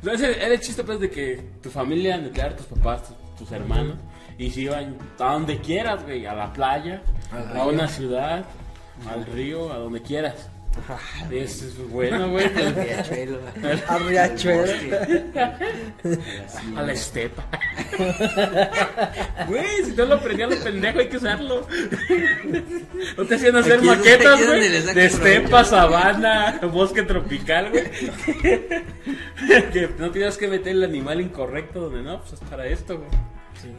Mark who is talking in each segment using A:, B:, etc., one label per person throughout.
A: O sea, ese era el chiste, pues, de que tu familia nuclear, tus papás, tu- tus hermanos, y si iban a donde quieras, güey, a la playa,
B: Al
A: a
B: río.
A: una ciudad, al río, a donde quieras. Eso es bueno, güey.
B: El riachuelo.
A: Ah,
C: A Riachuelo.
A: A la estepa. Güey, si no lo aprendí a los pendejos, hay que usarlo. No te hacían hacer
B: Aquí es donde- aquí
A: maquetas,
B: es
A: güey.
B: donde le saca
A: De estepa,
B: provecho.
A: sabana, bosque tropical, güey. Que no tienes que meter el animal incorrecto donde no, pues es para esto, güey.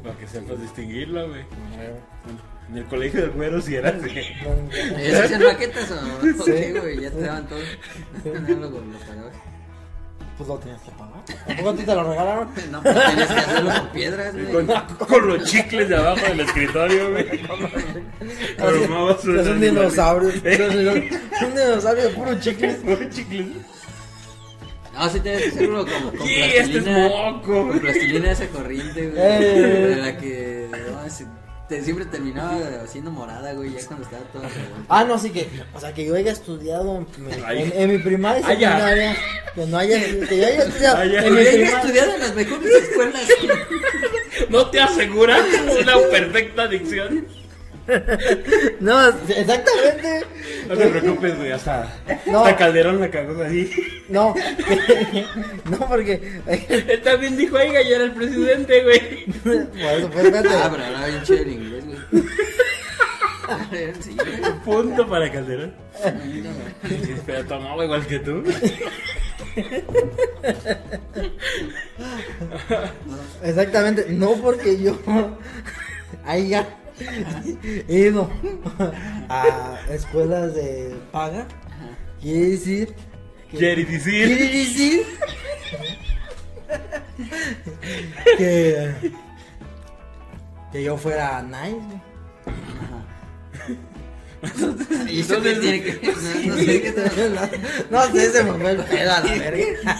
A: Para que sepas distinguirlo, güey. En el colegio de güeros si eras, güey.
B: ¿Ellos hacían maquetas o no? ¿O qué, güey? Ya te daban todo. No, lo, lo pagabas.
C: Pues lo tenías que pagar. ¿A poco a ti te lo regalaron?
B: No, pues tenías que hacerlo con piedras,
A: Con,
B: güey.
A: con los chicles de abajo del escritorio, güey. Armabas
C: Es un
A: animal.
C: dinosaurio. Es un dinosaurio de puro chicle.
A: Con chicles.
B: No, sí tenías que hacerlo como con
A: Sí, este es
B: plastilina.
A: moco, güey.
B: Con plastilina esa corriente, güey.
C: Eh.
B: De la que no, se- te- siempre terminaba haciendo morada, güey, ya cuando estaba toda revuelta.
C: Ah, no, sí que, o sea, que yo haya estudiado en,
A: Ay.
C: en- en mi primaria y
A: Ay, ya.
C: secundaria, que no haya, que yo haya estudiado
A: Ay, ya.
C: en mi
B: Yo he
C: primaria.
B: estudiado en las mejores escuelas.
A: No te aseguras una perfecta dicción.
C: No, exactamente.
A: No te preocupes, güey, hasta,
C: No.
A: hasta Calderón la cagó así.
C: No, que- no, porque,
A: Él también dijo, oiga, yo era el presidente, güey.
C: por eso, pues, espérate.
B: Ah, pero hablaba bien chévere inglés, güey. Sí, güey.
A: Punto para Calderón. Pero tomaba igual que tú.
C: Exactamente, no porque yo haya ido a escuelas de paga, quiere decir,
A: Jerry
C: quiere
A: Dizir.
C: decir que, que yo fuera nice, güey.
B: ¿Y eso qué tiene que No, no sé qué te
C: No, no sé, se me fue el pedo a la verga.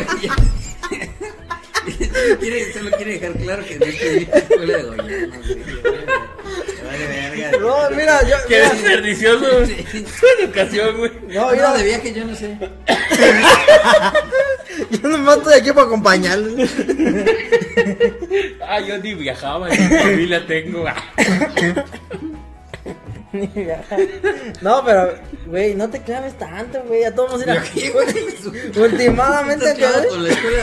B: Quiere, solo quiere dejar claro que no estoy en la escuela de Goyana, güey. Vale, verga. Ah,
C: No, mira, yo.
A: Qué
C: mira,
A: desperdicioso güey. su educación, güey.
C: no,
B: No,
C: mira,
B: de viaje yo no sé.
C: yo no mato de aquí para acompañarles.
A: Ah, yo ni viajaba, ni familia tengo. Ah,
C: No, pero, güey, no te claves tanto, güey. Ya todos vamos a ir aquí, güey. Últimamente,
B: Estás clavado con
C: güey.
B: la escuela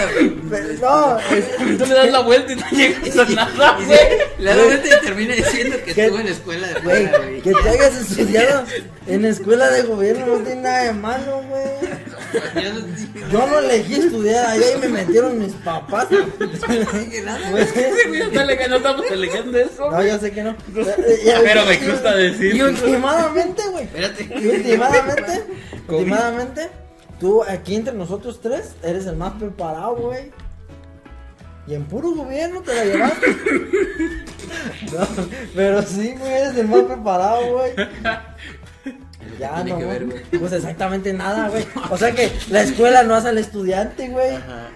C: Pero No, es-
A: Tú le das la vuelta y no llegas a nada,
B: Y
A: güey.
B: se- La gente termina diciendo que
C: ¿Qué?
B: estuvo en la escuela de
C: güey,
B: fuera, güey.
C: que te hayas estudiado en escuela de gobierno no tiene nada de malo, güey.
B: Yo no dije-
C: Yo no elegí estudiar allá y me metieron mis papás.
B: no dije nada.
C: Güey.
A: Ese güey está elegante, no estamos elegando eso.
C: No, yo sé que no.
A: Pero me gusta decir.
C: Y últimamente, güey. Y
B: Espérate.
C: últimamente, últimamente, tú aquí entre nosotros tres eres el más preparado, güey. Y en puro gobierno te la llevaste. No, pero sí, güey, eres el más preparado, güey. Ya,
B: tiene
C: no.
B: que ver,
C: güey.
B: güey?
C: Pues exactamente nada, güey. O sea que la escuela no hace al estudiante, güey.
B: Ajá.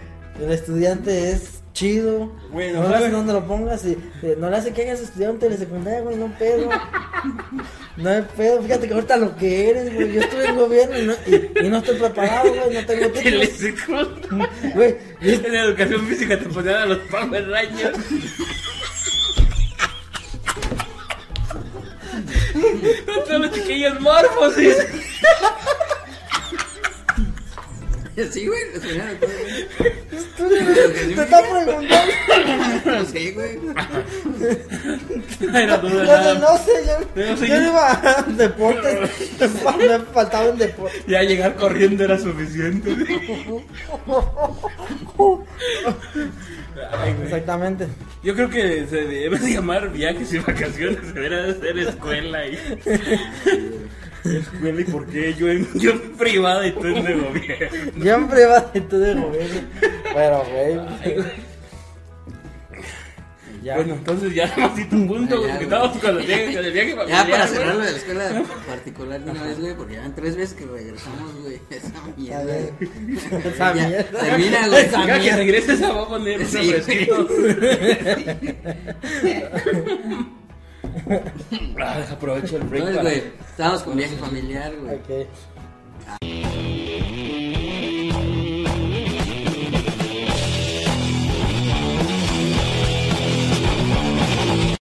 C: El estudiante es chido.
A: Güey,
C: no
A: ojalá,
C: le hace
A: güey.
C: donde lo pongas. Y, eh, no le hace que hayas estudiado en telesecundaria, güey. No pedo. No hay pedo. Fíjate que ahorita lo que eres, güey. Yo estuve en gobierno y no, y- y no estoy preparado, güey. No tengo título.
A: Telesecund-
C: Güey, y-
A: En educación física te ponían a los Power Rangers. Son los chiquillos morfos. ¿sí?
B: Sí, güey. la escuela de fuera, güey.
C: tú te, te estás preguntando.
B: No sé, güey.
A: Ay, no dudo
C: Yo
A: nada.
C: no sé, yo,
A: Yo
C: yo,
A: sí.
C: iba a deportes. Me faltaba en deportes.
A: Ya llegar corriendo era suficiente. Ay, güey.
C: Exactamente.
A: Yo creo que se debe de llamar viajes y vacaciones, se debería de hacer escuela y... escuela y por qué yo en, yo en privada y tú en de gobierno.
C: Yo en privado y tú de gobierno. Pero, güey. pues, Ya.
A: Bueno, entonces ya nada más hice un punto,
B: Ah, Ya,
A: porque
B: güey.
A: estábamos con el viaje, con el viaje
B: Ya
A: familiar,
B: para
A: güey.
B: cerrarlo de la escuela particular de una vez, güey, porque ya van tres veces que regresamos, güey. Esa
C: Ya,
B: mierda.
C: güey.
B: Ya,
C: Esa mierda.
B: Termina, güey. esa
A: Venga, que
B: mierda.
A: regreses a va a poner un
B: Sí,
A: refresquito. Ah, aprovecho el break
B: Entonces,
A: para-
B: güey, estábamos con viaje familiar, güey.
C: Ok.